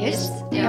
é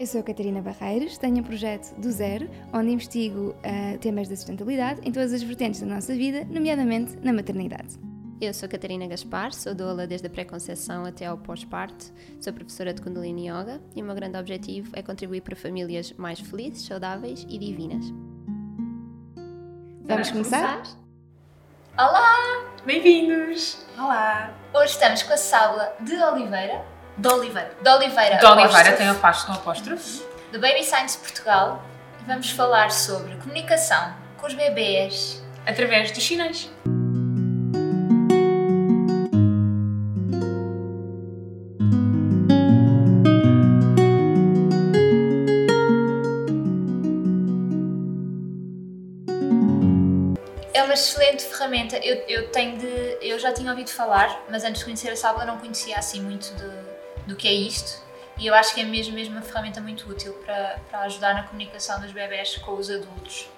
Eu sou a Catarina Barreiros, tenho um projeto do zero, onde investigo uh, temas da sustentabilidade em todas as vertentes da nossa vida, nomeadamente na maternidade. Eu sou a Catarina Gaspar, sou doula desde a pré-conceição até ao pós-parto, sou professora de Kundalini Yoga e o meu grande objetivo é contribuir para famílias mais felizes, saudáveis e divinas. Vamos começar? Olá! Bem-vindos! Olá! Hoje estamos com a Saula de Oliveira, De Oliveira. de Oliveira, De Oliveira apóstrofe, tem apóstolo com apóstrofe. do Baby Science Portugal, e vamos falar sobre comunicação com os bebês. Através dos sinais. É uma excelente ferramenta. Eu, eu tenho de. Eu já tinha ouvido falar, mas antes de conhecer a Sábula não conhecia assim muito de- do que é isto. E eu acho que é mesmo, mesmo uma ferramenta muito útil para, para ajudar na comunicação dos bebés com os adultos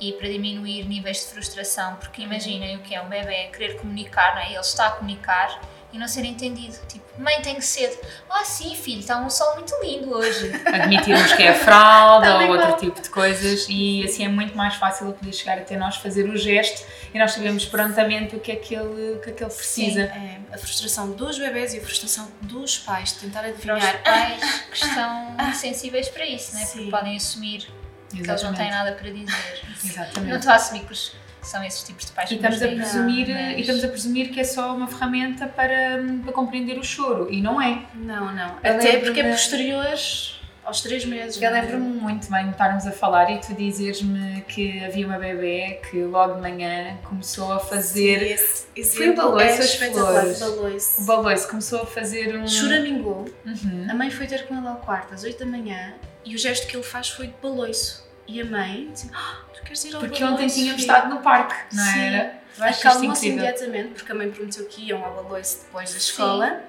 e para diminuir níveis de frustração, porque imaginem o que é um bebê querer comunicar, não é? Ele está a comunicar e não ser entendido. Tipo, mãe, tenho sede. Ah, sim, filho, está um sol muito lindo hoje. Admitirmos que é fralda Tal e ou outro qual. tipo de coisas e assim é muito mais fácil ele poder chegar até nós, fazer o gesto e nós sabemos prontamente o que é que ele, o que é que ele precisa. É, a frustração dos bebés e a frustração dos pais de tentar Para os adivinhar. pais que estão sensíveis para isso, não é? Porque Sim. podem assumir que eles não têm Exatamente. nada para dizer. Não Exatamente. estou a assumir que os- são esses tipos de pais que E estamos, a nos dizem, presumir, não, mas- e estamos a presumir que é só uma ferramenta para, para compreender o choro, e não é. Não, não. Eu Até lembro porque da- é posteriores aos três meses. é? Eu lembro-me muito bem de estarmos a falar e tu dizeres-me que havia uma bebê que logo de manhã começou a fazer Esse Foi o exemplo balões, é as espetacular. flores. Balões. o baloiço, começou a fazer um. Choramingou. Uhum. A mãe foi ter com ele ao quarto às 8 da manhã e o gesto que ele faz foi de baloiço. E a mãe disse: "Ah, Tu queres ir ao Porque baloiço, ontem tínhamos filho?" estado no parque, não Sim. era? Eu acho isto Acalmou-se incrível. imediatamente, porque a mãe prometeu que iam ao baloiço depois da escola.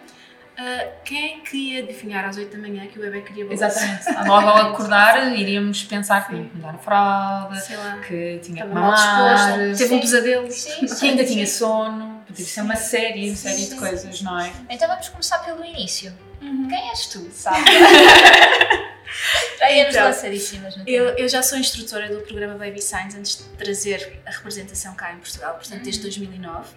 Ah, quem queria adivinhar às 8 da manhã que o bebê queria baloiço? Exatamente. Logo ao acordar, iríamos pensar que tinha que mudar a fralda, Sei lá. que tinha que Estava mal mamar, disposta, teve um pesadelo. Sim, que sim, ainda sim. tinha sono. Podia ser uma série, uma série Sim. de coisas, não é? Então vamos começar pelo início. Uhum. Quem és tu, sabe? Já íamos Então, lançadíssimas, não Eu, eu já sou instrutora do programa Baby Signs antes de trazer a representação cá em Portugal, portanto desde 2009,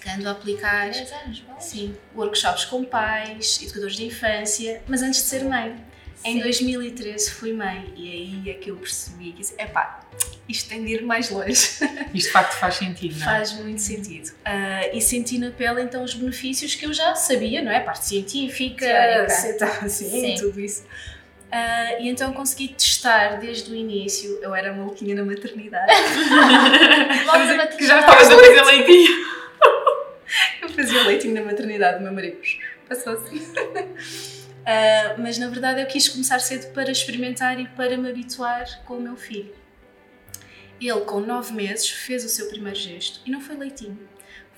que ando a aplicar Três anos, bom. sim, workshops com pais, educadores de infância, mas antes de ser mãe. Em 2013 fui mãe e aí é que eu percebi que disse, epá, isto tem de ir mais longe. Isto de facto faz sentido, não é? Faz muito sentido. Ah, e senti na pele então os benefícios que eu já sabia, não é? A parte científica, Teórica. aceitar, sim, Sim. tudo isso. Ah, e então consegui testar desde o início. Eu era maluquinha na maternidade. Logo na Que já maternidade. estavas a fazer leitinho. eu fazia leitinho na maternidade, o meu marido passou-se. Ah, mas na verdade eu quis começar cedo para experimentar e para me habituar com o meu filho. Ele, com 9 meses, fez o seu primeiro gesto e não foi leitinho.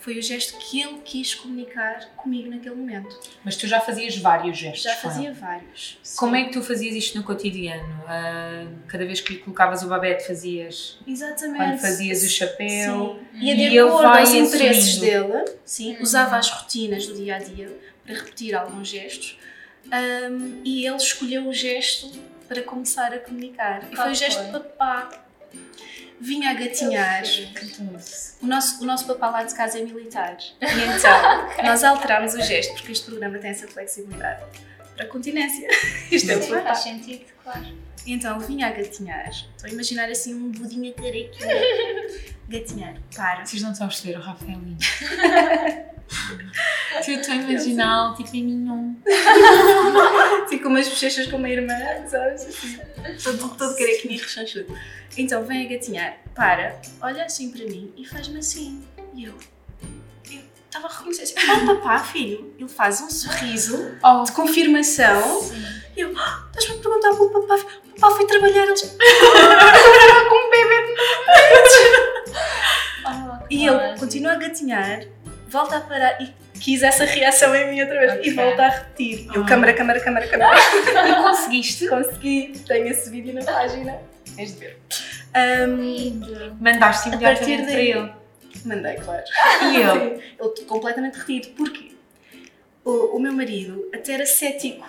Foi o gesto que ele quis comunicar comigo naquele momento. Mas tu já fazias vários gestos. Já com ela. fazia vários. Como é que tu fazias isto no cotidiano? Ah, cada vez que lhe colocavas o babete, fazias Exatamente. quando fazias o chapéu. Sim. E Ia de ele acordo vai aos interesses assumindo. dele. Sim, usava as rotinas do dia a dia para repetir alguns gestos. Ahm, e ele escolheu o gesto para começar a comunicar. E Qual foi o gesto foi? de papá. Vinha a gatinhar. O nosso, o nosso papá lá de casa é militar. E então, nós alterámos o gesto, porque este programa tem essa flexibilidade. Para continência. Isto é o Sim, papá. faz sentido, claro. E Então ele vinha a gatinhar. Estou a imaginar assim um budinho carequinho. gatinhar. Para. Vocês não estão a perceber o Rafaelinho. eu estou a imaginá-lo tipo em mim Assim com umas bochechas como a irmã, sabes? Assim, todo, todo carequinho e rechanchudo. Então vem a gatinhar. Para. Olha assim para mim e faz-me assim. E eu. Eu estava "Ah, a reconhecer. assim, Oh papá, filho. Ele faz um sorriso Oh, de confirmação. Sim. E E eu, "Ah, estás-me a perguntar pelo papá? O papá foi trabalhar, eles... Com um bebê. Olha lá que E ele coragem. continua a gatinhar, volta a parar e quis essa reação em mim outra vez. Ok. E volta a repetir. E eu, Ah. câmara, câmara, câmara, câmara. E conseguiste? Consegui, tenho esse vídeo na página. Tens de ver. Ahm, Lindo. Mandaste A imediatamente partir para daí. ele. mandei, claro. E ele? Sim, Ele completamente retido. Porquê? O, o meu marido até era cético.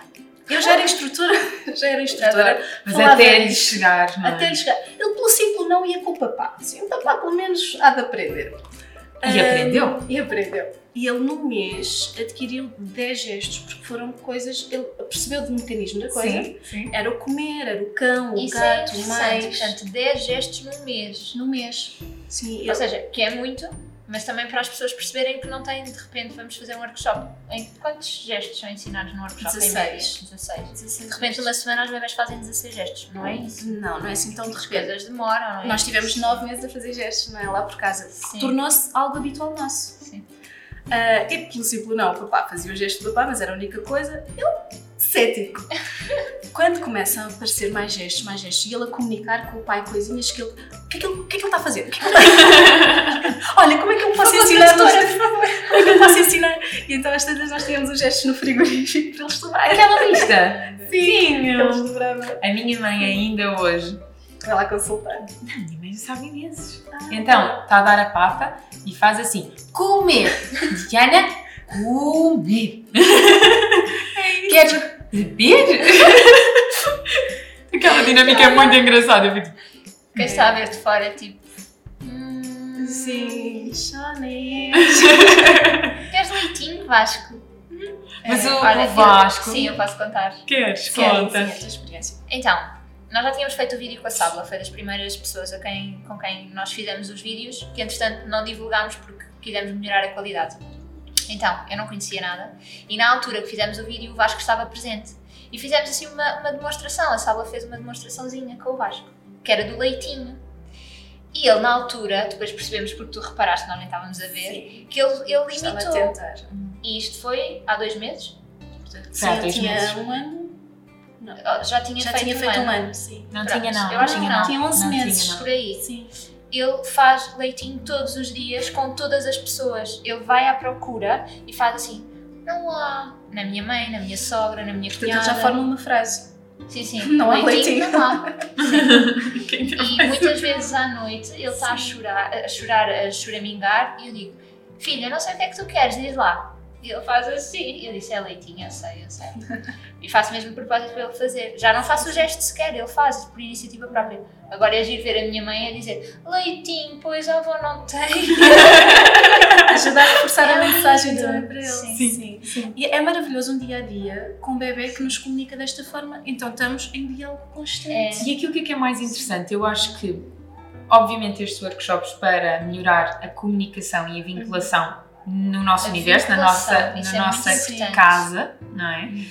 Eu já era instrutora, já era instrutora, Mas Falava. até lhe chegar, não é? até ele chegar. Ele pelo simples não ia com o papá. Assim, o papá pelo menos há de aprender. E Ahm, aprendeu? E aprendeu. E ele num mês adquiriu 10 gestos, porque foram coisas. Ele percebeu do mecanismo Ah, da coisa. Sim, sim. Era o comer, era o cão, o Isso é gato, o interessante, um mais. portanto, 10 gestos no mês. Num mês. Sim, Ou ele, seja, que é muito, mas também para as pessoas perceberem que não têm, de repente, vamos fazer um workshop. Em quantos gestos são ensinados num workshop? Em média? 16. 16. assim, De repente, uma semana, os bebés fazem 16 gestos, não é isso? Não, não é assim tão de As repente. coisas demoram, não é? Nós tivemos nove meses a fazer gestos, não é? Lá por casa. Sim. Tornou-se algo habitual nosso. Sim. Ah, e pelo simples não, o papá fazia o gesto do papá, mas era a única coisa. Ele, cético. Quando começam a aparecer mais gestos, mais gestos, e ele a comunicar com o pai coisinhas que ele. O que é que ele, o que é que ele está a fazer? O que é que ele está a-" Olha, como é que eu posso ensinar? Como é que eu posso ensinar? E então, às tantas, nós tínhamos os gestos no frigorífico para eles dobrarem. Aquela lista. Sim, Para eles meu. dobrarem. A minha mãe ainda hoje. Vai lá consultar. A minha mãe sabe imensos. Então, está a dar a papa e faz assim: comer. Diana, comer. Queres beber? Aquela dinâmica é muito engraçada. Eu fico, Quem está a ver de fora é tipo. "Hum, Sim, Shani. Queres leitinho, Vasco? É, Mas o- olha, o Vasco- Eu, sim, eu posso contar. Queres? Quero Conta. sim, é a tua experiência. Então, nós já tínhamos feito o vídeo com a Sábula, foi das primeiras pessoas a quem, com quem nós fizemos os vídeos, que entretanto não divulgámos porque quisemos melhorar a qualidade. Então, eu não conhecia nada e na altura que fizemos o vídeo o Vasco estava presente. E fizemos assim uma, uma demonstração, a Sábula fez uma demonstraçãozinha com o Vasco, que era do leitinho. E ele na altura, depois percebemos porque tu reparaste, nós nem estávamos a ver, que ele, ele Estava a imitou. tentar. E isto foi há dois meses? Sim, há eu dois tinha meses. um ano. Não. Já tinha Já feito tinha um feito ano. um ano, sim. Não Pronto, tinha, não. eu acho que não. Tinha 11 tinha, meses. não. Por aí. Sim. ele faz leitinho todos os dias com todas as pessoas. Ele vai à procura e faz assim: não há. Na minha mãe, na minha sogra, na minha Portanto, cunhada. ele já forma uma frase. Sim, sim. Não há leitinho. Não há. E muitas vezes à noite ele está a chorar, a chorar, a choramingar e eu digo: filha, não sei o que é que tu queres, diz lá. E ele faz assim. E eu disse: é leitinho, eu sei, eu sei. E faço mesmo de propósito para ele fazer. Já não faço o gesto sequer, ele faz por iniciativa própria. Agora é giro ver a minha mãe a dizer: leitinho, pois a avó não tem. Ajudar a reforçar a É mensagem lindo. também para ele. Sim. sim. E é maravilhoso um dia a dia com um bebê que nos comunica desta forma. Então estamos em diálogo constante. E aquilo que é que é mais interessante, eu acho que, obviamente, estes workshops para melhorar a comunicação e a Uhum. vinculação no nosso A universo, na vinculação, nossa, isso na é muito nossa importante. casa, não é? Uhum.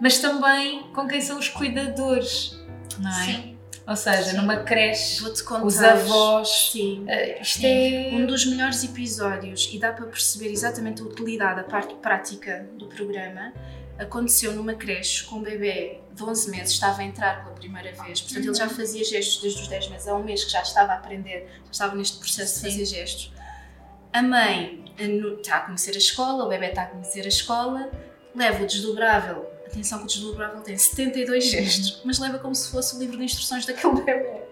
Mas também com quem são os cuidadores, não é? Sim, Ou seja, Sim. numa creche, Vou-te contar. os avós. Sim. eh, Isto é. um dos melhores episódios e dá para perceber exatamente a utilidade, a parte prática do programa. Aconteceu numa creche com um bebê de 11 meses, estava a entrar pela primeira vez, portanto ele já fazia gestos desde os 10 meses, há um mês que já estava a aprender, já estava neste processo de fazer gestos. A mãe eh, no- está a conhecer a escola, o bebê está a conhecer a escola, leva o desdobrável, atenção que o desdobrável tem 72 gestos, mas leva como se fosse o livro de instruções daquele bebê.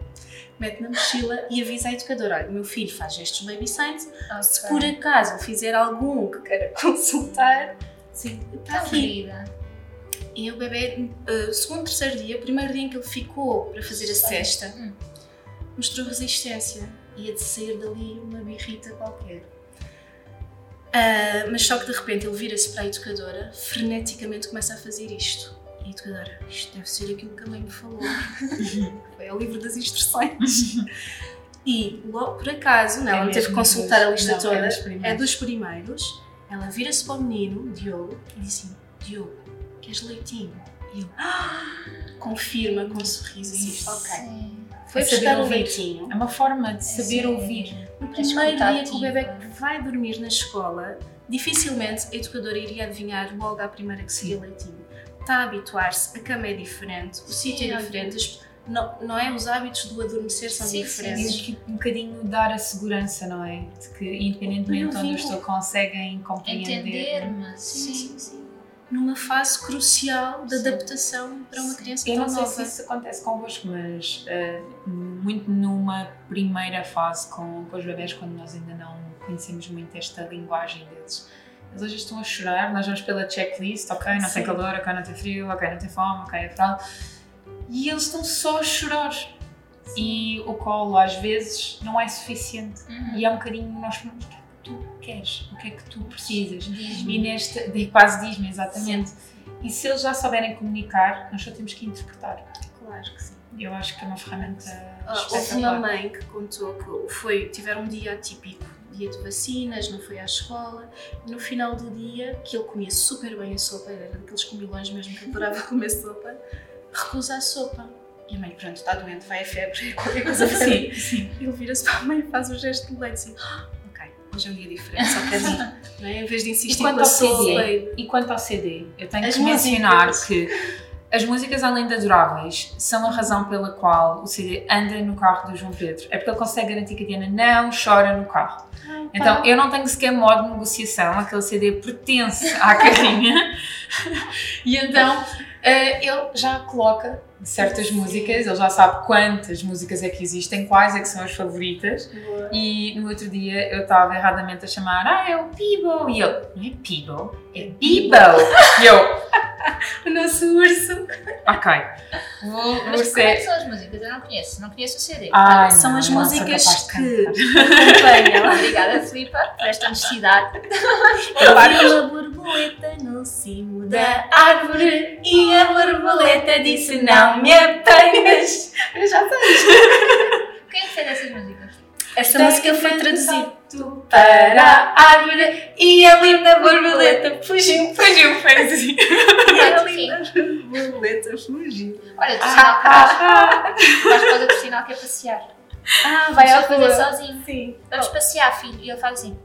Mete na mochila e avisa a educadora: olha, o meu filho faz gestos baby signs, se ok. por acaso eu fizer algum que queira consultar, Sim. está Tão Tá aqui. querida. E o bebê, eh, segundo, terceiro dia, o primeiro dia em que ele ficou para fazer a cesta, Hum. mostrou resistência. Ia de sair dali uma birrita qualquer. Ah, mas só que de repente ele vira-se para a educadora, freneticamente começa a fazer isto. E a educadora, isto deve ser aquilo que a mãe me falou. Foi ao livro das instruções. e logo por acaso, né, É ela não teve que mesmo consultar a dos- lista não, é toda, dos primeiros. é dos primeiros. Ela vira-se para o menino, Diogo, e diz assim: Diogo, queres leitinho? E eu, "Ah!" confirma com um sorriso e diz: Ok. Sim. Foi É saber buscar o ouvir. leitinho. É uma forma de saber Sim. ouvir. No Mas primeiro dia que o escutativa. bebê vai dormir na escola, dificilmente a educadora iria adivinhar logo à primeira que seria leitinho. está a habituar-se, a cama é diferente, o sítio é olha. diferente, as- não, não é? Os hábitos do adormecer são Sim, sim, diferentes. sim. E um bocadinho dar a segurança, não é? De que independentemente Não de onde eu vingam. estou, conseguem compreender. Entender-me, Sim, sim. sim, sim. Numa fase crucial de Sim. adaptação para uma criança Eu tão não sei nova. se isso acontece convosco, mas eh, muito numa primeira fase com, com os bebés, quando nós ainda não conhecemos muito esta linguagem deles. Eles hoje estão a chorar, nós vamos pela checklist, ok, não tem Sim. calor, ok, não tem frio, ok, não tem fome, ok, é fralda. E eles estão só a chorar. E o colo, às vezes, não é suficiente. Uhum. E é um bocadinho, nós perguntamos, o que é que tu queres? O que é que tu precisas? Diz-me. E neste, de- quase diz-me, exatamente. E se eles já souberem comunicar, nós só temos que interpretar. Claro que sim. Eu acho que é uma ferramenta Ah, Houve uma espetacular. mãe que contou que foi, tiveram um dia atípico, dia de vacinas, não foi à escola. No final do dia, que ele comia super bem a sopa, era daqueles comilões mesmo que adorava comer sopa, recusa a sopa. E a mãe, pronto, está doente, vai a febre, qualquer coisa assim. Ele vira-se para a mãe e faz o gesto de leite, assim, "Ah, ok, hoje é um dia diferente, só para mim. não é? Em vez de insistir quanto com a ao CD? sopa. e- E quanto ao CD, eu tenho As que mencionar músicas. que as músicas além de adoráveis são a razão pela qual o CD anda no carro do João Pedro. É porque ele consegue garantir que a Diana não chora no carro. Então eu não tenho sequer modo de negociação, aquele CD pertence à carrinha. e então eh, ele já coloca certas músicas, ele já sabe quantas músicas é que existem, quais é que são as favoritas. Boa. E no outro dia eu estava erradamente a chamar, ah, é o Peebo. E ele, não é Peebo, é Bibo. e eu, O nosso urso. ok. O Mas como é que você. são as músicas? Eu não conheço, não conheço o CD. Ai, "Ah, São não, as eu não sou músicas capaz de que cantar. acompanham. Obrigada, Filipa, por esta honestidade. Havia uma borboleta no cimo da árvore e a borboleta disse não me apanhas. Eu já sei. Quem é que fez essas músicas? Essa Tem música foi tanto traduzida para a árvore e a linda borboleta fugiu. Fugiu, fez assim. E Ah, a que linda borboleta fugiu. Olha, por sinal que vais, vais fazer por sinal que é passear. Ah, ah. Vai Oh. ao fazer sozinho. Sim. Vamos passear, filho. E ele faz assim.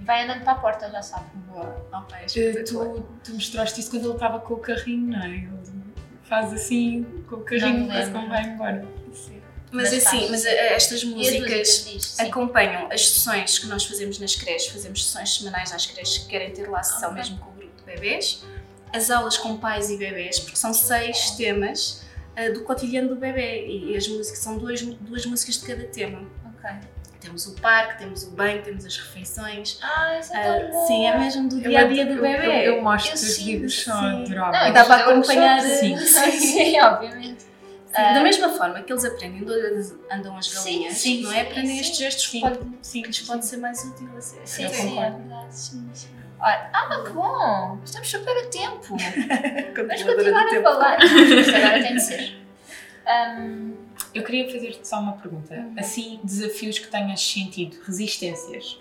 E vai andando para a porta, já sabe. Boa. Oh, pai, Eh, Tu, tu mostraste isso quando ele estava com o carrinho, não é? Ele faz assim com o Não carrinho, me quase lembro. como vai embora. Mas Mas assim, faz. mas eh, E estas as músicas músicas diz, sim. acompanham as sessões que nós fazemos nas creches, fazemos sessões semanais às creches que querem ter lá a sessão Ok. mesmo com o grupo de bebês, as aulas com pais e bebês, porque são seis temas ah, do cotidiano do bebê e, e as músicas são duas, duas músicas de cada tema. Ok. Temos o parque, temos o banho, temos as refeições. Ah, isso é Ah, tão bom. sim, é mesmo do Eu dia a dia do adoro- eu- bebê. Eu, eu mostro Eu os sinto, livros, são sim. Não, adoráveis. e dá depois dá para um acompanhar- choque. Sim. sim, sim, obviamente. Ah, Sim, da mesma forma que eles aprendem de onde andam as Sim, galinhas, sim, não é? sim, Aprendem sim. estes gestos que Sim, pode- sim, que lhes pode ser mais útil assim. a ser. Sim, Eu sim, é concordo. verdade. Olha, ah, que bom! Estamos super a tempo. Vamos Controladora continuar do a tempo. falar. Isto agora tem de ser. Ahm, Eu queria fazer-te só uma pergunta. Uhum. Assim, desafios que tenhas sentido, resistências.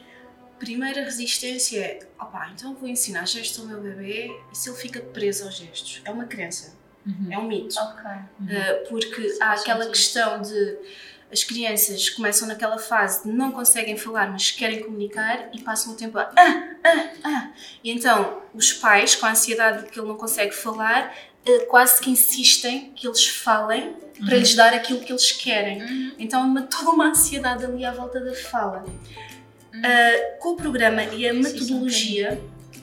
Primeira resistência é, opá, então vou ensinar gestos ao meu bebê e se ele fica preso aos gestos? É uma crença, é um mito. ok. Uh, porque Uhum. Sim, há faz aquela sentido. questão de as crianças começam naquela fase de não conseguem falar, mas querem comunicar e passam o tempo a ah, ah, ah. E então os pais, com a ansiedade de que ele não consegue falar, uh, quase que insistem que eles falem para lhes dar aquilo que eles querem. Uhum. Então há uma, toda uma ansiedade ali à volta da fala. Uh, com o programa e a Uhum. Sim, sim, metodologia,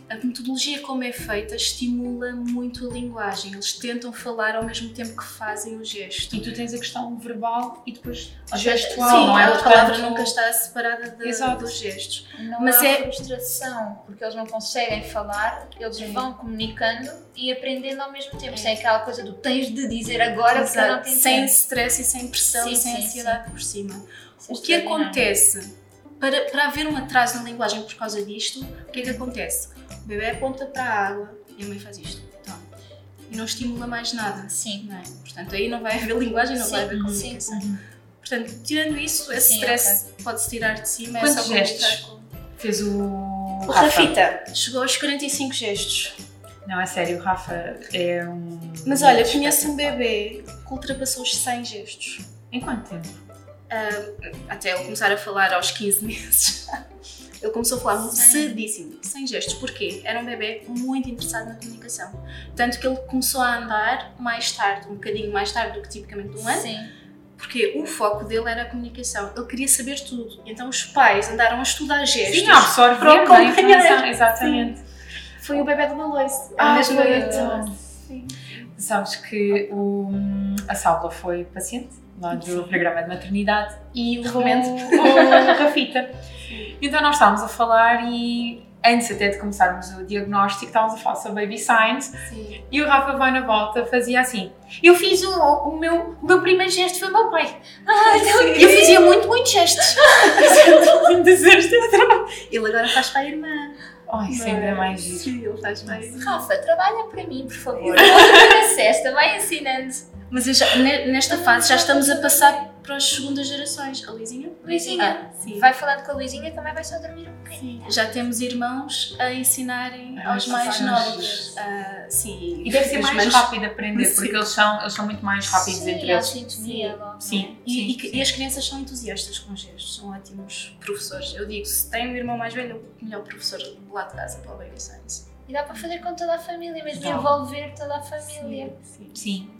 a metodologia como é feita estimula muito a linguagem. Eles tentam falar ao mesmo tempo que fazem o gesto. E tu tens a questão verbal e depois Ou seja, gestual, sim, não é? a palavra Portanto, nunca está separada da- Exato. dos gestos. Não Mas há é- frustração, porque eles não conseguem falar, eles vão comunicando e aprendendo ao mesmo tempo. Sem aquela coisa do tens de dizer agora porque eu não Exato. tenho Sem tempo. stress e sem pressão Sim, e sem sim, ansiedade por cima. Isso é O que extraordinário. acontece? Para, para haver um atraso na linguagem por causa disto, o que é que acontece? O bebê aponta para a água e a mãe faz isto. Toma. E não estimula mais nada. Sim. Não é? Portanto, aí não vai haver linguagem, não Sim, vai haver uhum. comunicação. Portanto, tirando isso, esse Sim, stress pode-se tirar de cima. Quantos é só comunicar gestos? com- Fez o. O Rafita chegou aos 45 gestos. Não, é sério, o Rafa é um. Mas olha, eu conheço um bebê que ultrapassou os 100 gestos. Ah, Em quanto tempo? Até ele começar a falar aos 15 meses. Ele começou a falar muito Sem- cedíssimo, sem gestos. Porquê? Era um bebê muito interessado na comunicação. Tanto que ele começou a andar mais tarde, um bocadinho mais tarde do que tipicamente um ano, Sim. porque o foco dele era a comunicação. Ele queria saber tudo. Então os pais andaram a estudar gestos. Sim, absorve Para a acompanhar. informação. Exatamente. Foi o bebê do Maloice. Ah, mesmo foi bebé do ótimo. Maloice. Sabes que o, hum, a Sábula foi paciente lá do programa de maternidade e levou Recomendo. o Rafita. Então nós estávamos a falar e antes até de começarmos o diagnóstico estávamos a falar sobre baby signs Sim. e o Rafa vai na volta fazia assim eu fiz o, o, meu, o meu primeiro gesto foi o meu pai Sim. eu fazia muito, muito gestos um desastre Ele agora faz para a irmã. ai, isso ainda é mais giro Sim, ele faz para a irmã. Rafa, trabalha para mim, por favor. Olha a cesta, vai ensinando. Mas eu já- ne- nesta fase já estamos a passar para as segundas gerações. A Luizinha? Luizinha. Ah, sim. Vai falando com a Luizinha, também vai só dormir um bocadinho. Sim, Já temos irmãos a ensinarem Ah, aos isso mais faz novos. Ah, sim. e deve ser Os mais manos- rápido aprender Sim. porque eles são, eles são muito mais rápidos Sim, entre há eles sintonia logo. sim, E, sim, e que- e as crianças são entusiastas com gestos, são ótimos professores. Eu digo, se tem um irmão mais velho, o melhor professor lá de casa para o Baby Science. E dá para fazer com toda a família, mesmo Dá. envolver toda a família. Sim. Sim.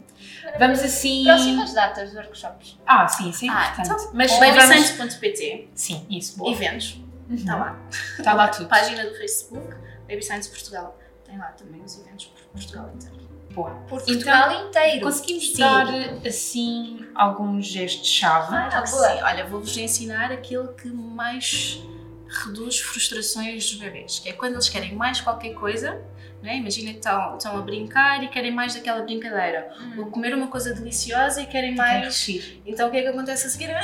Vamos assim. Próximas datas dos workshops. Ah, sim, sim. Ah, importante. então, Mas lembramos. BabyScience.pt, Sim, isso, boa. eventos, Uhum. está lá. Tá lá tudo. Página do Facebook, Baby Science Portugal. Tem lá também os eventos por Portugal inteiro. Boa. Por Então, Portugal inteiro. Conseguimos Sim. dar assim alguns gestos-chave. Ah, Sim, boa. olha, vou-vos ensinar aquele que mais reduz frustrações dos bebês, que é quando eles querem mais qualquer coisa, né? imagina que estão, estão a brincar e querem mais daquela brincadeira, ou Hum. comer uma coisa deliciosa e Tem querem que mais. repetir. Então o que é que acontece a seguir? Ah!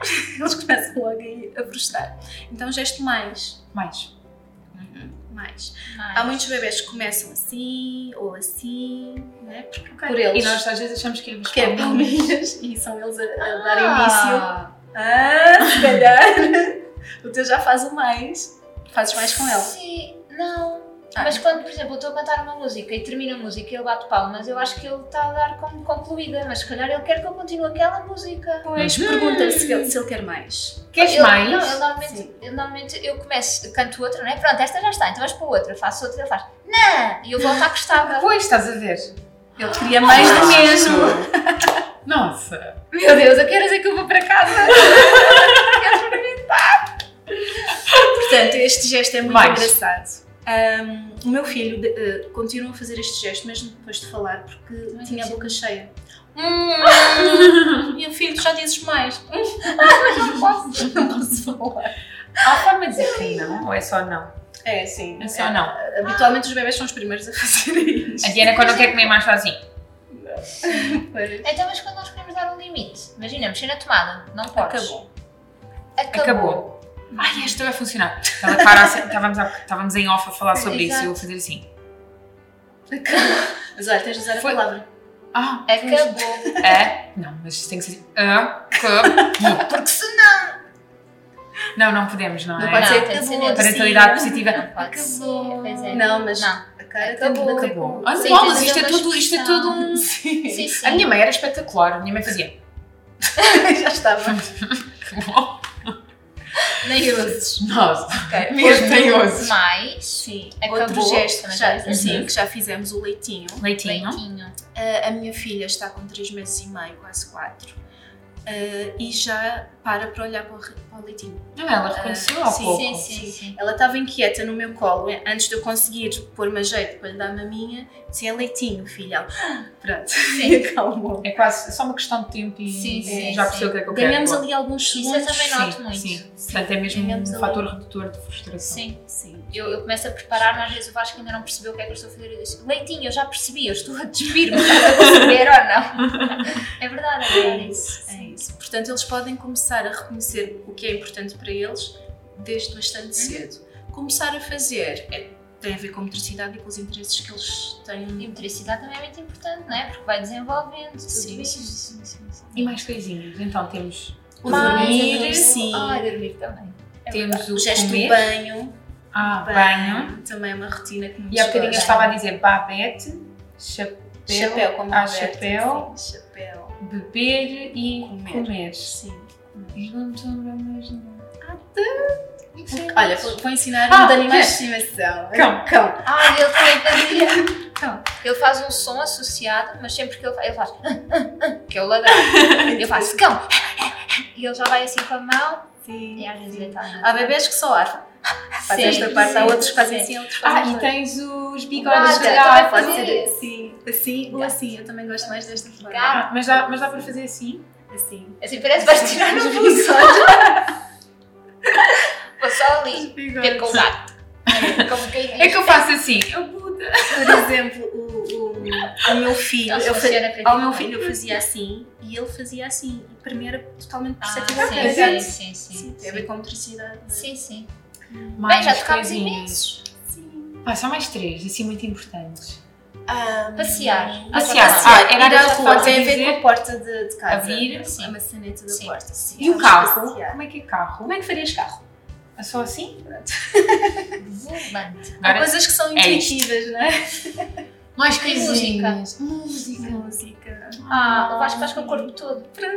Eles começam logo aí a frustrar. Então gesto mais. Mais. Mais. Mais. Há muitos bebés que começam assim ou assim, né? Porque Ok. Por eles. E nós às vezes achamos que é que é palminhas e são eles a, a dar início Ah, Ah, se calhar. o teu já faz o mais. Fazes mais com ela. Sim, não. Ah. Mas quando, por exemplo, eu estou a cantar uma música e termina a música e eu bato palmas, eu acho que ele está a dar como concluída, mas se calhar ele quer que eu continue aquela música. Pois pergunta se ele, se ele quer mais. Queres Ele- mais? Não, ele normalmente, Sim. ele normalmente eu começo, canto outra, não é? Pronto, esta já está, então vais para outra, faço outra, ele faz, não! E eu volto à que estava. Pois, estás a ver. Ele queria mais do mesmo. Ah, Nossa. Meu Deus, a que horas é que eu vou para casa? Portanto, este gesto é muito Mais. engraçado. Ahm, o meu filho de- eh, continua a fazer este gesto mesmo depois de falar porque tinha a boca cheia. Hum, e o Ah, filho, já dizes mais. Hum, Não posso. não posso falar. Há forma de dizer que não, ou é só não? É, sim. É só não. Habitualmente os bebés são os primeiros a fazer isto. A Diana, quando quer comer mais, faz assim. Pois. Então, mas quando nós queremos dar um limite, imagina, mexer na tomada, não podes. Acabou. Acabou. Acabou. Ai, esta vai funcionar. Estava a parar assim, estávamos, a- estávamos em off a falar sobre isso e eu vou fazer assim. Mas olha, tens de usar a Foi- palavra. Ah, Acabou. é? Não, mas tem que ser. Ah, que- Porque senão. Não, não podemos, não, Não é? pode Não, ser tem de ser acabou. neutro. Parentalidade sim. positiva. Não pode ser, pois é. Não, mas Não. a cara Acabou. tem tudo a ver Acabou. com- Olha, Sim, bolas, tem isto é toda uma tudo, isto é expressão. tudo um. Sim, sim. A minha mãe era espetacular, a minha mãe fazia. já estava. Nem uses. Nossa. Ok. Mesmo nem Outro uses. Mais. Sim, Acabou. outro gesto que Também já, já disse. sim, Uhum. que já fizemos o leitinho. Leitinho. Leitinho. Ah, a minha filha está com 3 meses e meio, quase 4. e já para para olhar para o, re- para o leitinho. Não, ela reconheceu Ah, há sim, pouco. Sim, sim, sim. Ela estava inquieta no meu colo, eh, antes de eu conseguir pôr-me a jeito para lhe dar maminha, disse é leitinho, filha. Ela, "Ah", pronto, Sim. acalmou. É quase é só uma questão de tempo e Sim, sim, já sim. percebeu o que é que eu quero. Ganhamos Boa. ali alguns Isso eu segundos. também noto muito. Sim, sim. Portanto, é mesmo Ganhamos um ali. fator redutor de frustração. Sim. Sim. Eu, eu começo a preparar, mas às vezes o Vasco ainda não percebeu o que é que eu estou a fazer. Eu disse, leitinho, eu já percebi, eu estou a despir-me, estás a perceber ou não? É verdade, é É verdade. isso, é Sim. isso. Portanto, eles podem começar a reconhecer o que é importante para eles desde bastante cedo. Começar a fazer é- tem a ver com a motricidade e com os interesses que eles E têm. motricidade também é muito importante, não é? Porque vai desenvolvendo tudo Sim, sim, isso. sim, sim, sim. E mais coisinhas. Então temos, O Mais dormir, adormir. sim. Ah, dormir também. É temos o o gesto comer. do banho. Ah, banho. Também é uma rotina que nos E há bocadinho eu gosta. estava a dizer babete, chapéu, Chapéu, como ah, a Roberta, chapéu Sim, chapéu. beber e Comer. comer. Sim. Mas não me lembro mais nada. Ah, tá. Olha, vou vou ensinar Ah, um de animais de quê? estimação. Cão. Cão. Ah, ele também fazia. Ele faz um som associado, mas sempre que ele faz, ele faz que é o ladrão. Eu faço cão. E ele já vai assim com a mão e às vezes ele tá. Há bebês que só arfam. Fazem Sim, esta parte, há sim, outros que fazem sim. assim, outros Ah, fazem e assim. tens os Ah, bigodes de também pode gato. Pode ser ser esse. assim, assim ou Gato. assim. Eu também gosto mais desta forma. Gato. Ah, mas, dá, mas dá para fazer assim? Assim. Assim parece que vais tirar no pulso. Vou só ali ver com o gato. Como quem diz. É que eu faço assim. Eu puta. Por exemplo, o, o, o meu filho, Ele eu fa- funciona para ao ti meu também. filho eu fazia assim e ele fazia assim. E para mim era totalmente Ah, perceptível. sim, Era sim, gato. sim, sim, Sim, Tem a ver com motricidade. não é? sim, sim. Mais já tocámos coisinhas. imensos. Sim. Pá, só mais três, assim, muito importantes. Ah, Passear. Passear. Passear. Ah, era aquilo ir à que rua, eu tem estava a a Então, ver com dizer. a porta de, de casa. Abrir, assim. sim. A maçaneta da Sim. porta. Sim. E o Vamos carro? passear. Como é que é carro? Como é que farias carro? É só assim? Volante. Há Agora, coisas que são é isto. intuitivas, não é? mais E música? coisinhas. Música. Música. Ah, o Vasco faz com o corpo todo. Pronto.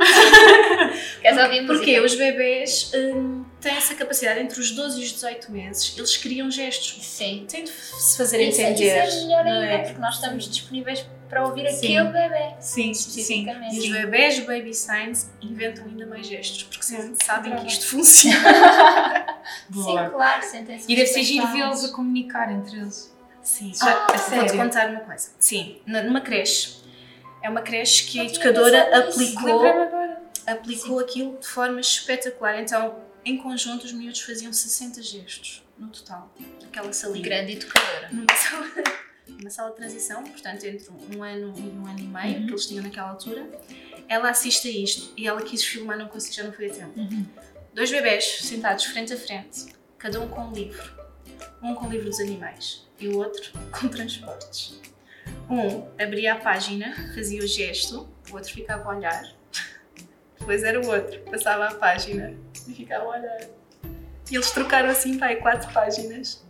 Queres ouvir música? Porque os bebês hum, têm essa capacidade entre os 12 e os 18 meses, eles criam gestos. Sim. Têm de se fazer Isso, isso entender. é melhor não ainda, é? porque nós estamos Sim. disponíveis para ouvir Sim. aquele bebê. Sim, sim. Especificamente. E os sim. bebés, os baby signs, inventam ainda mais gestos, porque sabem que isto funciona. Boa. Sim, claro, sentem-se. E deve ser giro respeitados. vê-los a comunicar entre eles. Sim, Ah, a Vou-te sério? contar uma coisa. Sim, na- numa creche. É uma creche que a Não tinha educadora pensado nisso. aplicou, Lembrei-me agora. aplicou aquilo de forma espetacular. Então, em conjunto, os miúdos faziam 60 gestos no total, naquela salinha. Grande educadora. numa sala, numa sala de transição, portanto, entre um ano e um ano e meio, que eles tinham naquela altura. Ela assiste a isto e ela quis filmar, não consegui, já não foi a tempo. Dois bebés sentados frente a frente, cada um com um livro. Um com o livro dos animais e o outro com transportes. Um abria a página, fazia o gesto, o outro ficava a olhar. Depois era o outro, passava a página e ficava a olhar. E eles trocaram assim, pai, quatro páginas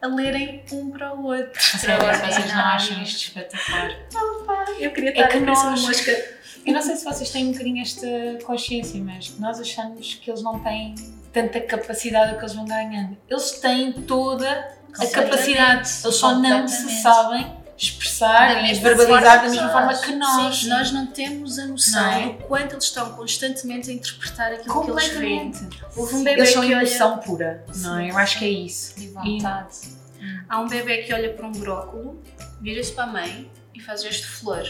a lerem um para o outro. A sério, Sim. vocês não acham isto espetacular? Ah, Eu queria É estar que a parecer nós- uma mosca. Eu não sei se vocês têm um bocadinho esta consciência, mas que nós achamos que eles não têm tanta capacidade que eles vão ganhando. Eles têm toda a Completamente. capacidade. Eles só não se Completamente. sabem Da expressar e mesma verbalizar forma da que mesma nós. forma que nós. Sim, nós não temos a Não noção é? do quanto eles estão constantemente a interpretar aquilo que eles veem. Completamente. Houve um bebê Eles são que olha- emoção pura, não é? Sim, Eu acho que é isso. E vontade. Há um bebê que olha para um brócolo, vira-se para a mãe e faz este flor.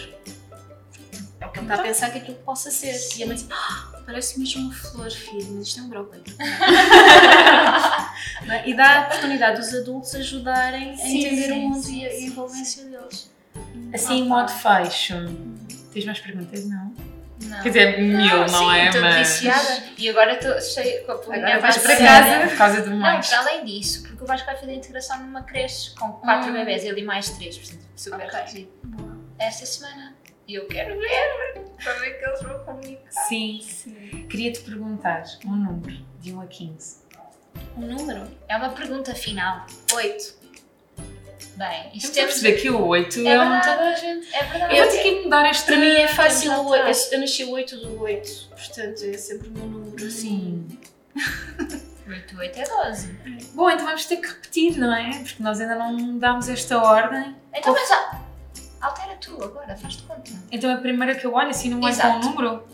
É o que ele está a pensar que aquilo possa ser. E a mãe diz, "Ah, parece mesmo uma flor, filho, mas isto é um brócolo. Não é? e dá a oportunidade dos adultos ajudarem a Sim, entender sim, o mundo sim, e a e a sim, envolvência deles. Assim, em modo fecho. Tens mais perguntas? Não. Não. Quer dizer, mil, não, sim, é? Estou Mas. viciada. E agora estou cheia com a pulguinha Agora vais para para cima. casa. é Por causa do Não, mais. para além disso, porque o Vasco vai fazer a integração numa creche com quatro Hum. bebés, ele e mais três, portanto, super Ok. rápido. Esta semana. E eu quero ver para ver que eles vão comunicar. Sim. Queria te perguntar um número de 1 a 15. Um número? É uma pergunta final. Oito. Bem, Estou isto a temos. perceber que o 8 É é, um verdade. toda a gente. É verdade. Eu tenho que mudar este Para mim é fácil Já o tá. 8. Eu, eu nasci o 8 do 8, portanto é sempre o meu número assim. Sim. 8, 8 é 12. Bom, então vamos ter que repetir, não é? Porque nós ainda não dámos esta ordem. Então, mas a- altera tu agora, faz-te conta. Então a primeira que eu olho, assim, não é com o Exato. número.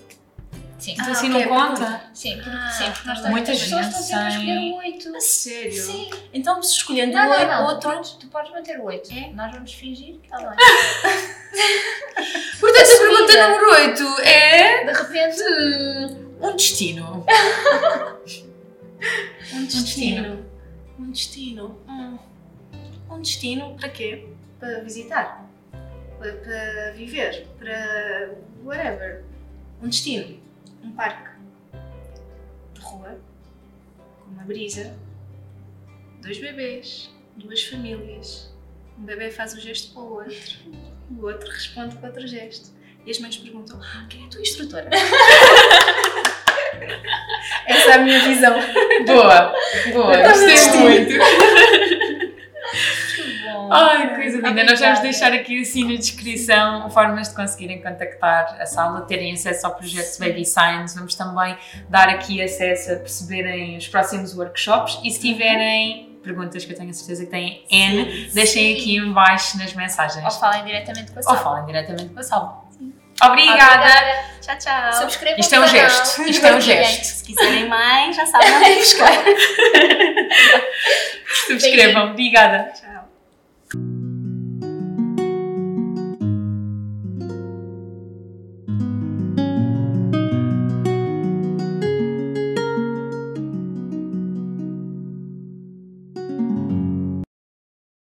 Sim, Então Ah, assim ok, não conta. sim, porque, Ah, sim, porque nós muita as pessoas gente estão sempre a escolher sem- o 8. assim. A sério? Sim. Então se escolhendo Não, o não, 8, não. Tu, outro. podes, tu podes manter o 8. É? Nós vamos fingir que está bem. Portanto, a pergunta Subida. número 8 é. De repente, Um destino. Um destino. destino. Um destino. Hum. Um destino para quê? Para visitar. Para, para viver. Para whatever. Um destino. Um parque. De rua. Com uma brisa. Dois bebês. Duas famílias. Um bebê faz um gesto para o outro. O outro responde com outro gesto. E as mães perguntam: "Ah, quem é a tua instrutora? Essa é a minha visão. Boa, boa, Então, gostei destino. muito. que bom. com. Ai, coisa linda. Nós vamos Obrigada. deixar aqui assim na descrição formas de conseguirem contactar a sala, terem acesso ao projeto Baby Science. Vamos também dar aqui acesso a perceberem os próximos workshops e se tiverem perguntas que eu tenho a certeza que têm N, deixem Sim. aqui em baixo nas mensagens. Ou falem diretamente com a Ou sala. falem diretamente com a sala. Obrigada! Tchau, tchau. Subscrevam Isto é um o canal. gesto. Isto é um gesto. Se quiserem mais, já sabem onde ir buscar. Subscrevam. Obrigada. Tchau.